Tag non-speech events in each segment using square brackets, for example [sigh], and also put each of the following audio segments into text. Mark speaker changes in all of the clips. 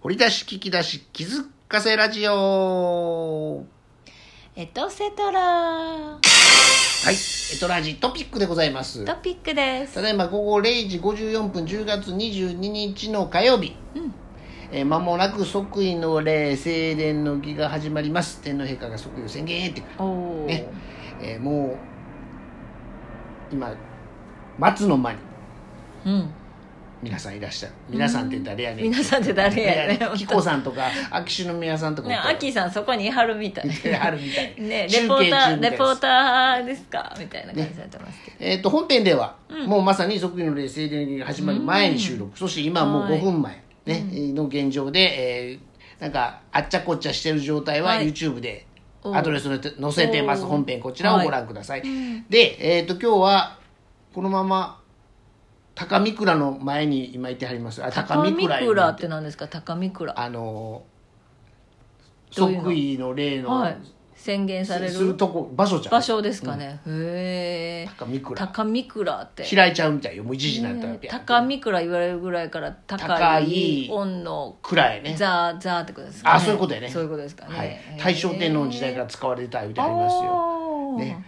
Speaker 1: 掘り出し聞き出し気づかせラジオ
Speaker 2: エトセトラ
Speaker 1: はい、エトラジトピックでございます。
Speaker 2: トピックです
Speaker 1: ただいま午後0時54分10月22日の火曜日。
Speaker 2: うん
Speaker 1: えー間もなく即位の礼、正殿の儀が始まります。天皇陛下が即位を宣言って、
Speaker 2: おおー、
Speaker 1: ねえーもう、今、松の間に
Speaker 2: うん
Speaker 1: 皆さんいらっしゃる。皆さんって誰やねん。
Speaker 2: 皆さんって誰やねん
Speaker 1: 紀子さんとか、秋篠宮さんとか。
Speaker 2: ねアキさんそこにいはるみたい
Speaker 1: [laughs] あるみたい。
Speaker 2: ね
Speaker 1: 中継
Speaker 2: レポータ
Speaker 1: 中みたい
Speaker 2: ー
Speaker 1: です
Speaker 2: レポーターですかみたいな感じだと思いますけど、
Speaker 1: えー、と本編では、もうまさに即位の冷静殿が始まる前に収録、そして今もう
Speaker 2: は
Speaker 1: 5
Speaker 2: い
Speaker 1: 分前、ねの現状で、えーなんかあっちゃこっちゃしてる状態は
Speaker 2: はい
Speaker 1: YouTube で
Speaker 2: お
Speaker 1: アドレスを載せてます
Speaker 2: お
Speaker 1: 本編こちらを
Speaker 2: はい
Speaker 1: ご覧ください、で、えー、と今日はこのまま高見倉の前に今いてはりますあ
Speaker 2: 高見
Speaker 1: いう
Speaker 2: 倉って何ですか高見倉
Speaker 1: あのー
Speaker 2: どういうの
Speaker 1: 即位の例の、
Speaker 2: はい宣言され
Speaker 1: すする
Speaker 2: る
Speaker 1: とこ場所じゃん
Speaker 2: 場所ですかね、へえ
Speaker 1: 高見倉
Speaker 2: 高見倉って
Speaker 1: 開いちゃうみたいよもう一時になったら
Speaker 2: ね
Speaker 1: ピャン
Speaker 2: 高見倉言われるぐらいから高い
Speaker 1: 高い
Speaker 2: 恩の
Speaker 1: 倉やね
Speaker 2: ザーザーってことですか、ね、
Speaker 1: あそういうことやね
Speaker 2: そういうことですかね、
Speaker 1: はい
Speaker 2: へ、ー
Speaker 1: 大正天皇の時代から使われてたみたいなのありますよ、
Speaker 2: おー
Speaker 1: ね、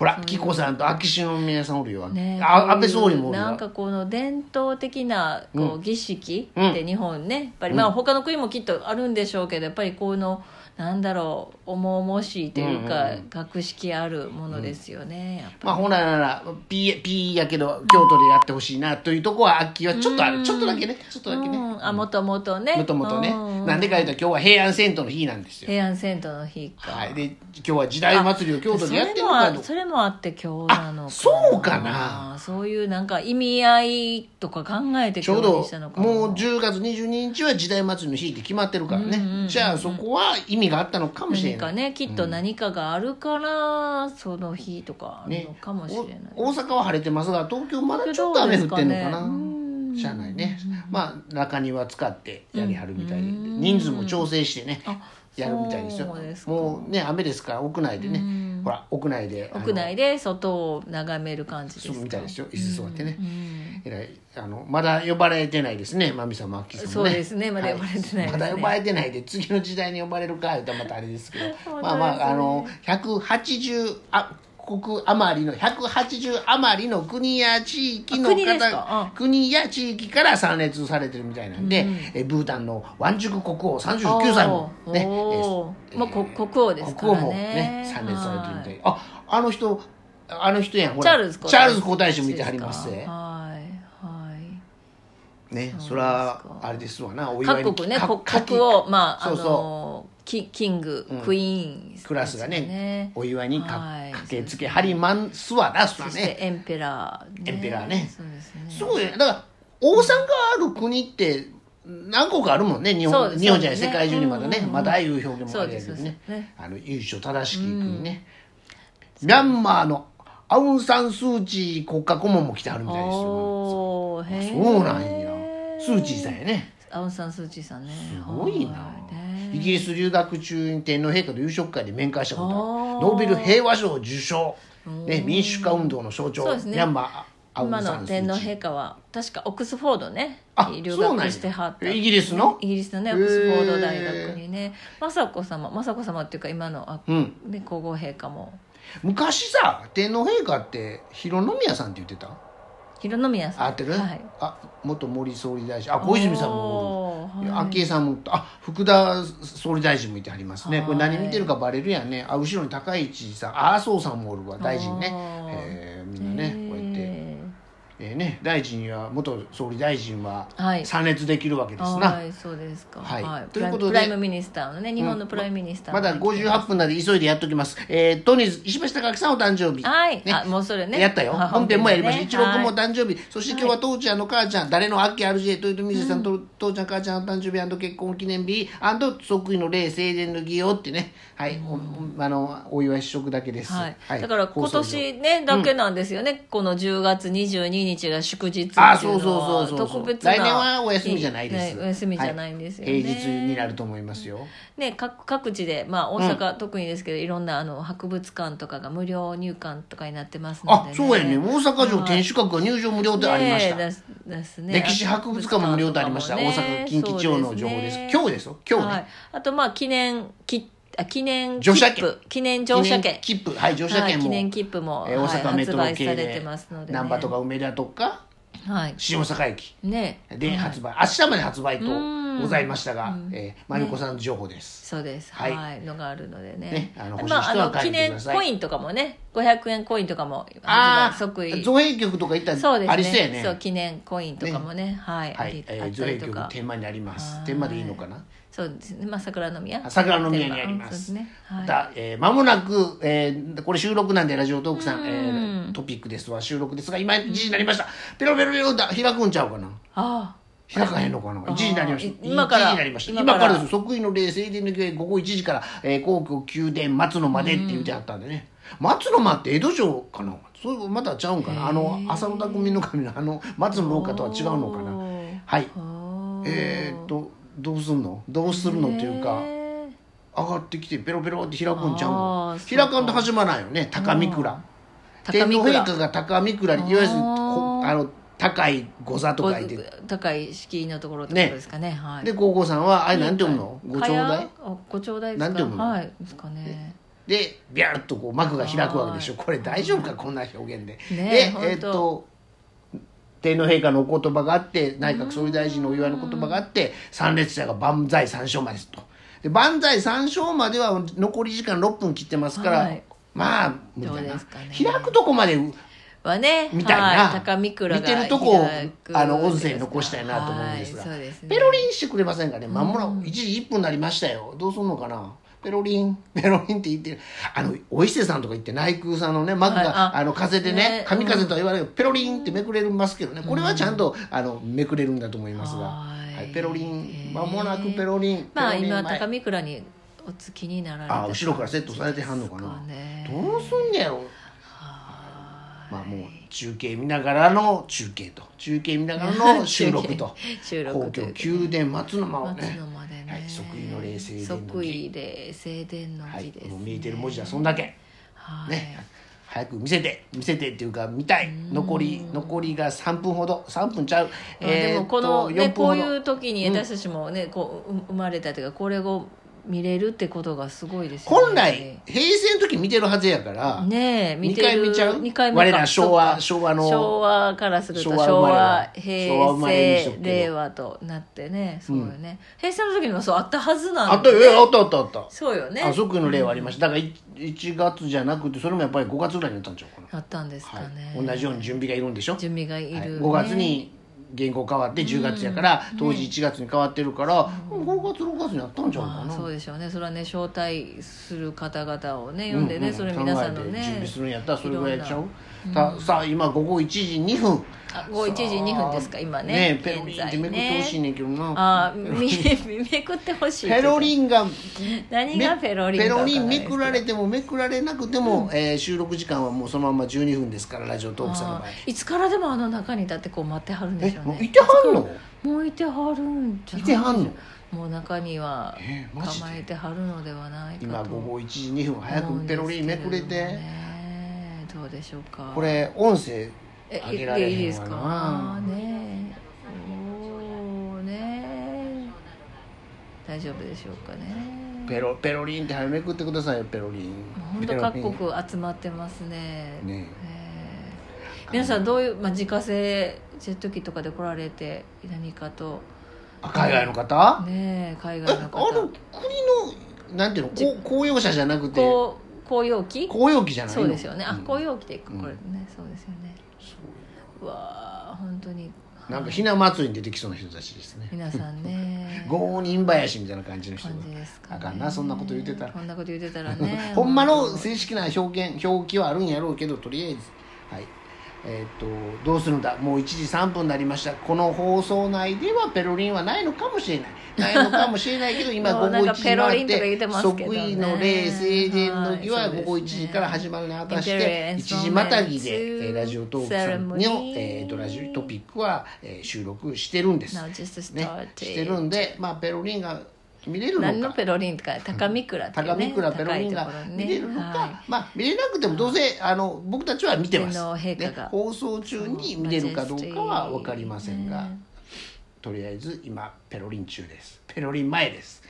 Speaker 1: ほら紀子さんと秋篠宮さんおるよ、
Speaker 2: ね
Speaker 1: あ
Speaker 2: こういう
Speaker 1: 安倍総理もおるよ
Speaker 2: なんかこの伝統的なこう儀式って日本ね、やっぱりまあ他の国もきっとあるんでしょうけどやっぱりこのなんだろう重々しいというか、格式あるものですよね、やっぱ
Speaker 1: まあほらならピーピーやけど京都でやってほしいなというとこは秋はちょっとある、ちょっとだけねちょっとだけね、
Speaker 2: うんあもともとね
Speaker 1: もともとね、
Speaker 2: うん
Speaker 1: なんでかいうと今日は平安遷都の日なんですよ
Speaker 2: 平安遷都の日か、
Speaker 1: はいで今日は時代祭りを京都でやってるのか
Speaker 2: あそれもあ
Speaker 1: と
Speaker 2: それもあって今日なのか
Speaker 1: あそうかな
Speaker 2: そういうなんか意味合いとか考えて
Speaker 1: ちょう
Speaker 2: 今日に
Speaker 1: ど
Speaker 2: したのかな
Speaker 1: もう10月22日は時代祭りの日って決まってるからね、じゃあそこは意味があったのかもしれ
Speaker 2: 何
Speaker 1: な
Speaker 2: か
Speaker 1: い、
Speaker 2: ねきっと何かがあるから、その日とかあるのかもしれない、
Speaker 1: お大阪は晴れてますが東京まだちょっと雨降ってんのかな
Speaker 2: 東京どうですかねうん
Speaker 1: しゃあないねまあ中庭使ってやりはるみたいで人数も調整してねやるみたいですよ
Speaker 2: そうですか
Speaker 1: もうね雨ですから屋内でねほら屋内であの
Speaker 2: 屋内で外を眺める感じで
Speaker 1: そう
Speaker 2: す
Speaker 1: み
Speaker 2: か
Speaker 1: たいですよ椅子座ってねえらいあのまだ呼ばれてないですねまみさんもあきさんもね
Speaker 2: そうですねまだ呼ばれてないですね
Speaker 1: はまだ呼ばれてないで次の時代に呼ばれるか言うたらまたあれですけど
Speaker 2: [laughs] 本当ですね
Speaker 1: まあまああの180あ国余りの180余りの国や地域の
Speaker 2: あ
Speaker 1: 方
Speaker 2: 国ですかう
Speaker 1: 国や地域から参列されてるみたいなんで、えブータンのワンジュク国王39歳も
Speaker 2: おー
Speaker 1: ねえ
Speaker 2: おーもうこ国王ですか
Speaker 1: 国
Speaker 2: らね
Speaker 1: 王もね参列されてるみたいああの人あの人やんほ
Speaker 2: チ
Speaker 1: ら
Speaker 2: ャールズ皇太子
Speaker 1: チャールズ皇太子もいてはります
Speaker 2: です
Speaker 1: ぜ
Speaker 2: かはいはい
Speaker 1: ね、
Speaker 2: そう
Speaker 1: そら
Speaker 2: ですか
Speaker 1: あれですわなお祝い
Speaker 2: 各
Speaker 1: に
Speaker 2: 国ね
Speaker 1: か
Speaker 2: こ
Speaker 1: か
Speaker 2: 国王まああ
Speaker 1: そうそう
Speaker 2: のキキング、クイーン
Speaker 1: クラスがねお祝いにか,、
Speaker 2: はい
Speaker 1: 駆けつけはりますわなそ
Speaker 2: そ
Speaker 1: ら
Speaker 2: して
Speaker 1: ね
Speaker 2: エンペラー、
Speaker 1: エンペラーね
Speaker 2: そうですね
Speaker 1: すごいねだから王さんがある国って何個かあるもんね日
Speaker 2: そう
Speaker 1: 本
Speaker 2: です
Speaker 1: 日本じゃない、
Speaker 2: そう
Speaker 1: 世
Speaker 2: ですね
Speaker 1: 界中にまだね、
Speaker 2: うんうんうん
Speaker 1: まだああいう表現もあるやけ
Speaker 2: そ
Speaker 1: ど
Speaker 2: うで
Speaker 1: ね
Speaker 2: すそうですね
Speaker 1: あの由緒正しき国ね、ミャンマーのアウン・サン・スー・チー国家顧問も来てはるみたいですよ
Speaker 2: おおへー
Speaker 1: そうなんやスー・チーさんやね
Speaker 2: アウンサンスーチーさんね
Speaker 1: すごいな
Speaker 2: はい
Speaker 1: イ
Speaker 2: ね
Speaker 1: ギリス留学中に天皇陛下と夕食会で面会したことある
Speaker 2: あー
Speaker 1: ノーベル平和賞受賞、ね、民主化運動の象徴
Speaker 2: そうですね
Speaker 1: ミャンマーアウン
Speaker 2: 今
Speaker 1: サン
Speaker 2: の
Speaker 1: スー
Speaker 2: 天皇
Speaker 1: チー
Speaker 2: 陛下は確かオックスフォードね
Speaker 1: あ
Speaker 2: に留
Speaker 1: そうなんや
Speaker 2: 学してはった
Speaker 1: イギリスの
Speaker 2: イギリスのねオックスフォード大学にね雅子様雅子様っていうか今のあ、
Speaker 1: うん
Speaker 2: ね皇后陛下も
Speaker 1: 昔さ天皇陛下って広宮さんって言ってた
Speaker 2: 広宮さん
Speaker 1: 合ってる、
Speaker 2: はい
Speaker 1: あ元森総理大臣あ小泉さんも
Speaker 2: も
Speaker 1: おる昭恵さんもおったあ福田総理大臣もいてありますねこれ何見てるかバレるやんねあ後ろに高市さんあ麻生さんもおるわ大臣ね
Speaker 2: あー
Speaker 1: えーみんなねこうやって。えーね、大臣は元総理大臣は
Speaker 2: はい
Speaker 1: 参列できるわけですな、
Speaker 2: はいそうですか
Speaker 1: はいとい
Speaker 2: プ
Speaker 1: う
Speaker 2: ライ
Speaker 1: ことで
Speaker 2: プライムミニスターのね日本のプライムミニスター
Speaker 1: まだ58分なんで急いでやっときます、えー、トニーズ石橋貴明さんお誕生日、
Speaker 2: はい
Speaker 1: ね
Speaker 2: あもうそれね
Speaker 1: やったよ
Speaker 2: はい
Speaker 1: 本編もやりました
Speaker 2: 本
Speaker 1: 一
Speaker 2: 編ね
Speaker 1: 郎君もお誕生日、そして今日は父ちゃんの母ちゃん誰の秋 RJ 豊臣秀さんと父ちゃん母ちゃんの誕生日結婚記念日即位の礼正殿の儀容ってねはい、おおあのお祝い試食だけです、
Speaker 2: はい、だから今年ねだけなんですよね、この10月22日が祝日っていうの
Speaker 1: あそうそうそう
Speaker 2: は
Speaker 1: そうそう
Speaker 2: 特別な
Speaker 1: 来年はお休みじゃないです
Speaker 2: お休みじゃないんですよね、
Speaker 1: 平日になると思いますよ
Speaker 2: ね、各各地で、まあ、大阪、特にですけどいろんなあの博物館とかが無料入館とかになってますので、
Speaker 1: あ
Speaker 2: ね、
Speaker 1: そうやね大阪城
Speaker 2: はい
Speaker 1: 天守閣が入場無料でありました、
Speaker 2: ねえですですね
Speaker 1: 歴史博物館も無料でありました、
Speaker 2: 博
Speaker 1: 大
Speaker 2: 物館とか
Speaker 1: 阪近畿
Speaker 2: もね
Speaker 1: 地方の情報です
Speaker 2: そう
Speaker 1: 今日ですよ今日ね、
Speaker 2: はい、あとまあ記念きあ記念
Speaker 1: 乗車券
Speaker 2: 切符記念乗車券
Speaker 1: 記念切符はい乗車
Speaker 2: はい
Speaker 1: 券も、
Speaker 2: 記念切符も、
Speaker 1: えー大阪メトロ
Speaker 2: はい、
Speaker 1: 系
Speaker 2: 発売されて
Speaker 1: で
Speaker 2: ますので、ね、
Speaker 1: 難波とか梅田とか
Speaker 2: はい
Speaker 1: 新大阪駅
Speaker 2: ね
Speaker 1: で
Speaker 2: はい
Speaker 1: 発売、明日まで発売と
Speaker 2: うん
Speaker 1: ございましたが
Speaker 2: うん、
Speaker 1: えー、まゆこさん情報です、
Speaker 2: そうです
Speaker 1: は
Speaker 2: はいい、のがあるのでね
Speaker 1: ねあの欲しい人
Speaker 2: まああ
Speaker 1: は
Speaker 2: の
Speaker 1: 買い
Speaker 2: 記
Speaker 1: に行ってく
Speaker 2: 念
Speaker 1: ださい
Speaker 2: コインとかもね500円コインとかも
Speaker 1: ああ
Speaker 2: 即位
Speaker 1: 造幣局とか行った
Speaker 2: そ
Speaker 1: ら
Speaker 2: うですね
Speaker 1: ありそうやね
Speaker 2: そう記念コインとかもねはい、
Speaker 1: は
Speaker 2: あり
Speaker 1: い、え
Speaker 2: あっ
Speaker 1: ー、造
Speaker 2: た
Speaker 1: 幣
Speaker 2: りと
Speaker 1: 局
Speaker 2: か
Speaker 1: 天満にあります
Speaker 2: はい
Speaker 1: 天満でいいのかな
Speaker 2: そうですねまあ桜の宮
Speaker 1: 桜の宮にあります
Speaker 2: そうですねは
Speaker 1: ま
Speaker 2: い
Speaker 1: た、えー間もなく、えーこれ収録なんでラジオトークさん、
Speaker 2: うん
Speaker 1: えートピックですわ収録ですが今1時になりましたペロペロペロだ開くんちゃうかな
Speaker 2: あ
Speaker 1: 開かへんのかな1時になりました
Speaker 2: あー今から
Speaker 1: 1時になりました今
Speaker 2: 今
Speaker 1: か
Speaker 2: からら
Speaker 1: です即位の礼正殿の教午後1時から、えー皇居宮殿松の間でって言ってあったんでね、松の間って江戸城かなそういうまたちゃうんかなあの
Speaker 2: へー
Speaker 1: 浅野匠の神のあの松の廊下とは違うのかな
Speaker 2: な
Speaker 1: はいえー、っとどうすんのどうするのっていうか、上がってきてペロペロって開くんちゃうの
Speaker 2: あーそう
Speaker 1: 開
Speaker 2: か
Speaker 1: かんと始まらんよね高見倉
Speaker 2: 高
Speaker 1: 天
Speaker 2: 見
Speaker 1: 皇
Speaker 2: 倉
Speaker 1: 陛下が高見倉にいわゆる
Speaker 2: あー
Speaker 1: こあの高い御座と書いて
Speaker 2: 高い敷居のところってことですかねはい
Speaker 1: で高校さんはあれなんて読むのご頂
Speaker 2: か
Speaker 1: 戴
Speaker 2: やあご頂戴ですか
Speaker 1: なんて読むの
Speaker 2: はいですかね
Speaker 1: でビャーッとこう幕が開くわけでしょこれ大丈夫かこんな表現で、
Speaker 2: ねえ
Speaker 1: でえっ
Speaker 2: ほん
Speaker 1: と天皇陛下のお言葉があって内閣総理大臣のお祝いの言葉があって参列者が万歳三唱までですとで万歳三唱までは残り時間6分切ってますから、
Speaker 2: はい
Speaker 1: まあみたい
Speaker 2: どう
Speaker 1: な、
Speaker 2: ですかね
Speaker 1: 開くとこまで
Speaker 2: はね
Speaker 1: みたいな、
Speaker 2: はい、高見倉が
Speaker 1: 見てるとこを
Speaker 2: 開く
Speaker 1: あの音声に残したいなと思うんですが、
Speaker 2: はい、そうですね
Speaker 1: ペロリンしてくれませんかねまもなく1時1分になりましたよどうすんのかなペロリン [laughs] ペロリンって言ってるあのお伊勢さんとか行って内宮さんのね幕が、
Speaker 2: はい
Speaker 1: あ
Speaker 2: あ
Speaker 1: の風でね
Speaker 2: ね
Speaker 1: 神風とは言わないけど、ペロリンってめくれますけどねこれはちゃんとあのめくれるんだと思いますが、
Speaker 2: はい
Speaker 1: はい、ペロリ
Speaker 2: へ
Speaker 1: ン
Speaker 2: ー
Speaker 1: まもなくペロリン
Speaker 2: まあ
Speaker 1: ペロリン
Speaker 2: 今
Speaker 1: 前
Speaker 2: 高見倉にお付きになられた
Speaker 1: あ後ろからセットされてはんのかな
Speaker 2: ですかね
Speaker 1: どうすんねやろ
Speaker 2: は
Speaker 1: まあもう中継見ながらの中継と中継見ながらの収録と
Speaker 2: [laughs] 収
Speaker 1: 皇
Speaker 2: 録と
Speaker 1: 居
Speaker 2: いう
Speaker 1: 宮殿松の間を
Speaker 2: 松
Speaker 1: ね
Speaker 2: の間でね、
Speaker 1: はい即位の冷静殿の儀
Speaker 2: 即位冷静殿の
Speaker 1: はい
Speaker 2: 儀です、ね
Speaker 1: もう見えてる文字はそんだけ
Speaker 2: はい
Speaker 1: ね早く見せて見せてっていうか見たい残り残りが3分ほど3分ちゃう
Speaker 2: まあで
Speaker 1: ー
Speaker 2: も
Speaker 1: っ
Speaker 2: この、
Speaker 1: と
Speaker 2: ね、
Speaker 1: 4分
Speaker 2: こ
Speaker 1: ほ
Speaker 2: う
Speaker 1: ど
Speaker 2: いう時に
Speaker 1: うん
Speaker 2: 私たちもね、こうう生まれたというかこれを見れるってことがすごいですよ
Speaker 1: 本来
Speaker 2: ね
Speaker 1: 平成の時見てるはずやから
Speaker 2: ねえ見
Speaker 1: 2
Speaker 2: て
Speaker 1: 回
Speaker 2: る
Speaker 1: 見ちゃう
Speaker 2: 二回目か
Speaker 1: 我ら昭和
Speaker 2: そっ
Speaker 1: 昭和
Speaker 2: か
Speaker 1: の
Speaker 2: 昭和からすると
Speaker 1: 昭
Speaker 2: 昭
Speaker 1: 和
Speaker 2: 和
Speaker 1: 生まれは昭和生
Speaker 2: 平
Speaker 1: まれにしと
Speaker 2: 成
Speaker 1: くけど
Speaker 2: 令和となってねそうよね、平成の時にもそうあったはずなん
Speaker 1: あったよあったあったあった
Speaker 2: そうよね
Speaker 1: あ即位の例はありましただからい1月じゃなくてそれもやっぱり5月ぐらいになったんちゃうかな
Speaker 2: あったんですかね、
Speaker 1: はい、同じように準備がいるんでしょ
Speaker 2: 準備がいる、ね
Speaker 1: はい、5月に原稿変わって10月やから、当時1月に変わってるから、もう5月6月にやったんちゃうか
Speaker 2: まあ、
Speaker 1: な、
Speaker 2: そうでしょうねそれはね招待する方々をね読んでね、それ皆さんの
Speaker 1: 考えて準
Speaker 2: ね
Speaker 1: 備するんやったらそれぐらいちゃう
Speaker 2: い
Speaker 1: たさあ今午後1時2分
Speaker 2: あ午後1時2分ですか今ね
Speaker 1: ねペロリンってめくってほしい
Speaker 2: ね
Speaker 1: ねんけどな、
Speaker 2: あーみ [laughs] めくってほしいって
Speaker 1: ペロリンが
Speaker 2: 何がペロリン
Speaker 1: ペ
Speaker 2: かわ
Speaker 1: ロ
Speaker 2: からな
Speaker 1: リ
Speaker 2: い
Speaker 1: ン
Speaker 2: ですけど
Speaker 1: めくられてもめくられなくても、えー収録時間はもうそのまま12分ですからラジオトークさんの場合
Speaker 2: あーいつからでもあの中にだってこう待ってはるんで
Speaker 1: え
Speaker 2: しょう
Speaker 1: もう
Speaker 2: ね
Speaker 1: いてはんの
Speaker 2: もういてはるんじゃ
Speaker 1: い
Speaker 2: ない
Speaker 1: てはんの
Speaker 2: もう中には
Speaker 1: えーマジで
Speaker 2: 構えてはるのではないかと
Speaker 1: 今午後1時2分早
Speaker 2: 思う
Speaker 1: く
Speaker 2: ん
Speaker 1: ペ
Speaker 2: ですけ
Speaker 1: ロ
Speaker 2: ども
Speaker 1: リンめくれて。
Speaker 2: ねどうでしょうか
Speaker 1: これ音声
Speaker 2: え
Speaker 1: 上げられ
Speaker 2: いい
Speaker 1: へ
Speaker 2: で
Speaker 1: ん
Speaker 2: す
Speaker 1: わ
Speaker 2: か
Speaker 1: な
Speaker 2: あーねおーね大丈夫でしょうかね
Speaker 1: ペロペロリンって早めくってくださいよペロリン
Speaker 2: 本当各国集まってますね
Speaker 1: ね
Speaker 2: えー皆さんどういう、まあ、自家製ジェット機とかで来られて何かと
Speaker 1: あ海外の方
Speaker 2: ねえ海
Speaker 1: えあ
Speaker 2: 外の
Speaker 1: の国
Speaker 2: 方
Speaker 1: のなんていうの
Speaker 2: じ
Speaker 1: こう公用車じゃなくて
Speaker 2: こう紅葉期
Speaker 1: 公用機じゃないの
Speaker 2: そうですよねあ
Speaker 1: ん
Speaker 2: 紅葉期でこれね、そうですよねうわあ本当に
Speaker 1: なんかひな祭りに出てきそうな人たちですね
Speaker 2: 皆さ
Speaker 1: [laughs]
Speaker 2: んね
Speaker 1: 五人林みたいな感じの人
Speaker 2: 感じですか、
Speaker 1: あ
Speaker 2: ね、
Speaker 1: かんなそんなこと言ってたら
Speaker 2: こんなこと言ってたら
Speaker 1: [laughs]
Speaker 2: ね
Speaker 1: ほんまの
Speaker 2: 本
Speaker 1: 正式な表現表記はあるんやろうけどとりあえずはいえっとどうするんだもう1時3分になりましたこの放送内ではペロリンはないのかもしれないないのかもしれないけど今
Speaker 2: [laughs] も
Speaker 1: 午
Speaker 2: うなん
Speaker 1: 後
Speaker 2: か
Speaker 1: 1時
Speaker 2: ペロリ
Speaker 1: 回
Speaker 2: ン
Speaker 1: っ
Speaker 2: とか言って
Speaker 1: て
Speaker 2: ますけど
Speaker 1: 即
Speaker 2: ね
Speaker 1: 位の礼成年の儀
Speaker 2: は
Speaker 1: は
Speaker 2: いそうですね
Speaker 1: 午後1時から始まるにあたし
Speaker 2: インペリア
Speaker 1: て
Speaker 2: エン
Speaker 1: 1
Speaker 2: ストーメント
Speaker 1: 時またぎでえーラジオトークさんの、
Speaker 2: セレモニー
Speaker 1: えー、とラジオトピックは、えー収録してるんです。
Speaker 2: Now just
Speaker 1: ね
Speaker 2: started.、
Speaker 1: してるんで、まあ、ペロリンが見れるのか
Speaker 2: 何のペロリンとか高見倉っていうね
Speaker 1: 高見倉ペロリンが
Speaker 2: 高いところにね
Speaker 1: 見れるのか、
Speaker 2: は
Speaker 1: まあ見れなくてもどうせあの僕たちは見てます、
Speaker 2: 天皇陛下が
Speaker 1: ね、放送中に見れるかどうかは分かりませんが、とりあえず今ペロリン中ですペロリン前です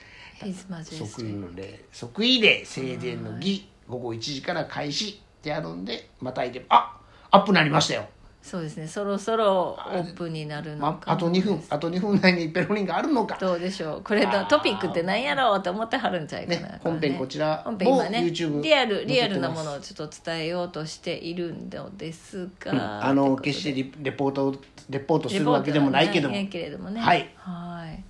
Speaker 2: い His
Speaker 1: 即
Speaker 2: Majesty
Speaker 1: 位の礼即位礼正殿の儀午後1時から開始ってあるんでまたいであアップなりましたよ
Speaker 2: そうですねそろそろオープンになるの
Speaker 1: あ
Speaker 2: か
Speaker 1: あと2分あと2分内にペロリンがあるのか
Speaker 2: どうでしょうこれ
Speaker 1: あー
Speaker 2: だトピックって何やろうと思ってはるんちゃいかな、
Speaker 1: ね
Speaker 2: これ
Speaker 1: 本編こちら
Speaker 2: 本編今ね
Speaker 1: も YouTube
Speaker 2: リアルリアル
Speaker 1: 載せて
Speaker 2: な
Speaker 1: ます
Speaker 2: ものをちょっと伝えようとしているのですが、
Speaker 1: あ
Speaker 2: という
Speaker 1: の
Speaker 2: ことで
Speaker 1: 決してリレポートをレポートす
Speaker 2: レ
Speaker 1: る
Speaker 2: ポートは
Speaker 1: わけでもないけども、
Speaker 2: ないけれどもね
Speaker 1: はい
Speaker 2: はい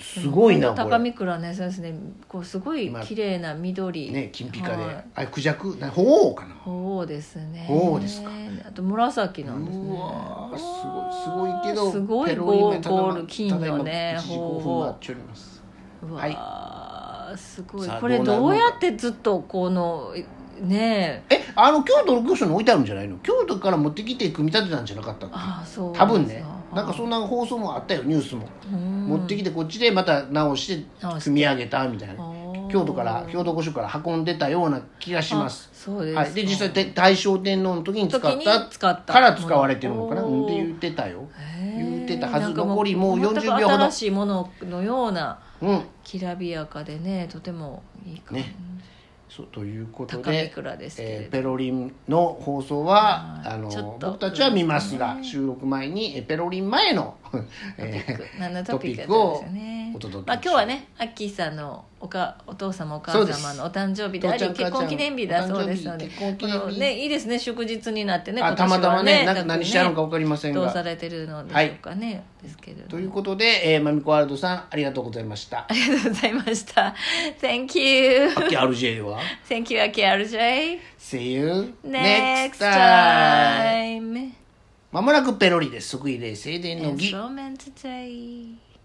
Speaker 1: すごいなこ
Speaker 2: 高
Speaker 1: れ
Speaker 2: 見倉ねそうですねこうすごい綺麗な緑
Speaker 1: ね金ピカで、
Speaker 2: はい
Speaker 1: あクジャクな鳳凰かな
Speaker 2: 鳳凰ですね
Speaker 1: 鳳凰ですか
Speaker 2: あと紫なんですね
Speaker 1: うわーすごいすごいけど
Speaker 2: すごい
Speaker 1: ペロリンが
Speaker 2: ゴーゴール金のね
Speaker 1: ただ今一時
Speaker 2: 鳳凰
Speaker 1: 興奮はちょります
Speaker 2: うわー、すごい
Speaker 1: さあ
Speaker 2: これ
Speaker 1: どうなるの
Speaker 2: ど
Speaker 1: か
Speaker 2: うやってずっとこのねえ
Speaker 1: えあの京都の教書に置いてあるんじゃないの京都から持ってきて組み立てたんじゃなかったっけ
Speaker 2: ああそう
Speaker 1: 多分ねなんか
Speaker 2: う
Speaker 1: そんな放送もあったよニュースも、
Speaker 2: うん
Speaker 1: 持ってきてこっちでまた直して
Speaker 2: 直して
Speaker 1: 組み上げたみたいな
Speaker 2: おー
Speaker 1: 京都から京都御所から運んでたような気がします
Speaker 2: あそうですか
Speaker 1: はい、で実際で大正天皇の時に使
Speaker 2: 時
Speaker 1: った
Speaker 2: に使った
Speaker 1: から使われてるのかな
Speaker 2: もの
Speaker 1: うんって言ってたよ
Speaker 2: へー
Speaker 1: 言ってたはず
Speaker 2: なんか
Speaker 1: 残りもう40
Speaker 2: 全く
Speaker 1: 秒ほど
Speaker 2: 新しいもののような
Speaker 1: うん
Speaker 2: きらびやかでねとてもいい感じ、
Speaker 1: ねそうということ
Speaker 2: 高見
Speaker 1: で
Speaker 2: 倉ですけれど
Speaker 1: えーペロリンの放送は
Speaker 2: はい
Speaker 1: あ
Speaker 2: ちょ
Speaker 1: の
Speaker 2: っと
Speaker 1: 僕たちは見ます
Speaker 2: う
Speaker 1: が
Speaker 2: ん
Speaker 1: 収録前にえペロリン前のえー
Speaker 2: 何のト
Speaker 1: ト
Speaker 2: ピ
Speaker 1: ピ
Speaker 2: ックだ
Speaker 1: ッ
Speaker 2: っ
Speaker 1: ク
Speaker 2: たん
Speaker 1: を
Speaker 2: ですよね
Speaker 1: お届けします
Speaker 2: まあ、今日はねアッキーさんのおかお父様お母
Speaker 1: そうです
Speaker 2: 様のお誕生日であり
Speaker 1: 父ちゃん
Speaker 2: 結婚記念日だそうですので
Speaker 1: お誕生日結婚記念日
Speaker 2: このねいいですね祝日になってね
Speaker 1: あ
Speaker 2: 今
Speaker 1: たま
Speaker 2: 年
Speaker 1: た
Speaker 2: は
Speaker 1: まねな
Speaker 2: 各
Speaker 1: 何してあるのか分かりません
Speaker 2: どうさ
Speaker 1: が
Speaker 2: れてるのでしょうかね、ですけれども
Speaker 1: ということでえーマミコワールドさんありがとうございました
Speaker 2: ありがとうございました。Thank you.
Speaker 1: アッキー RJ は
Speaker 2: Thank you, AKRJ.
Speaker 1: See you next
Speaker 2: Next
Speaker 1: time
Speaker 2: time.
Speaker 1: まもなくペロリです即位礼正殿の儀
Speaker 2: Instrument today.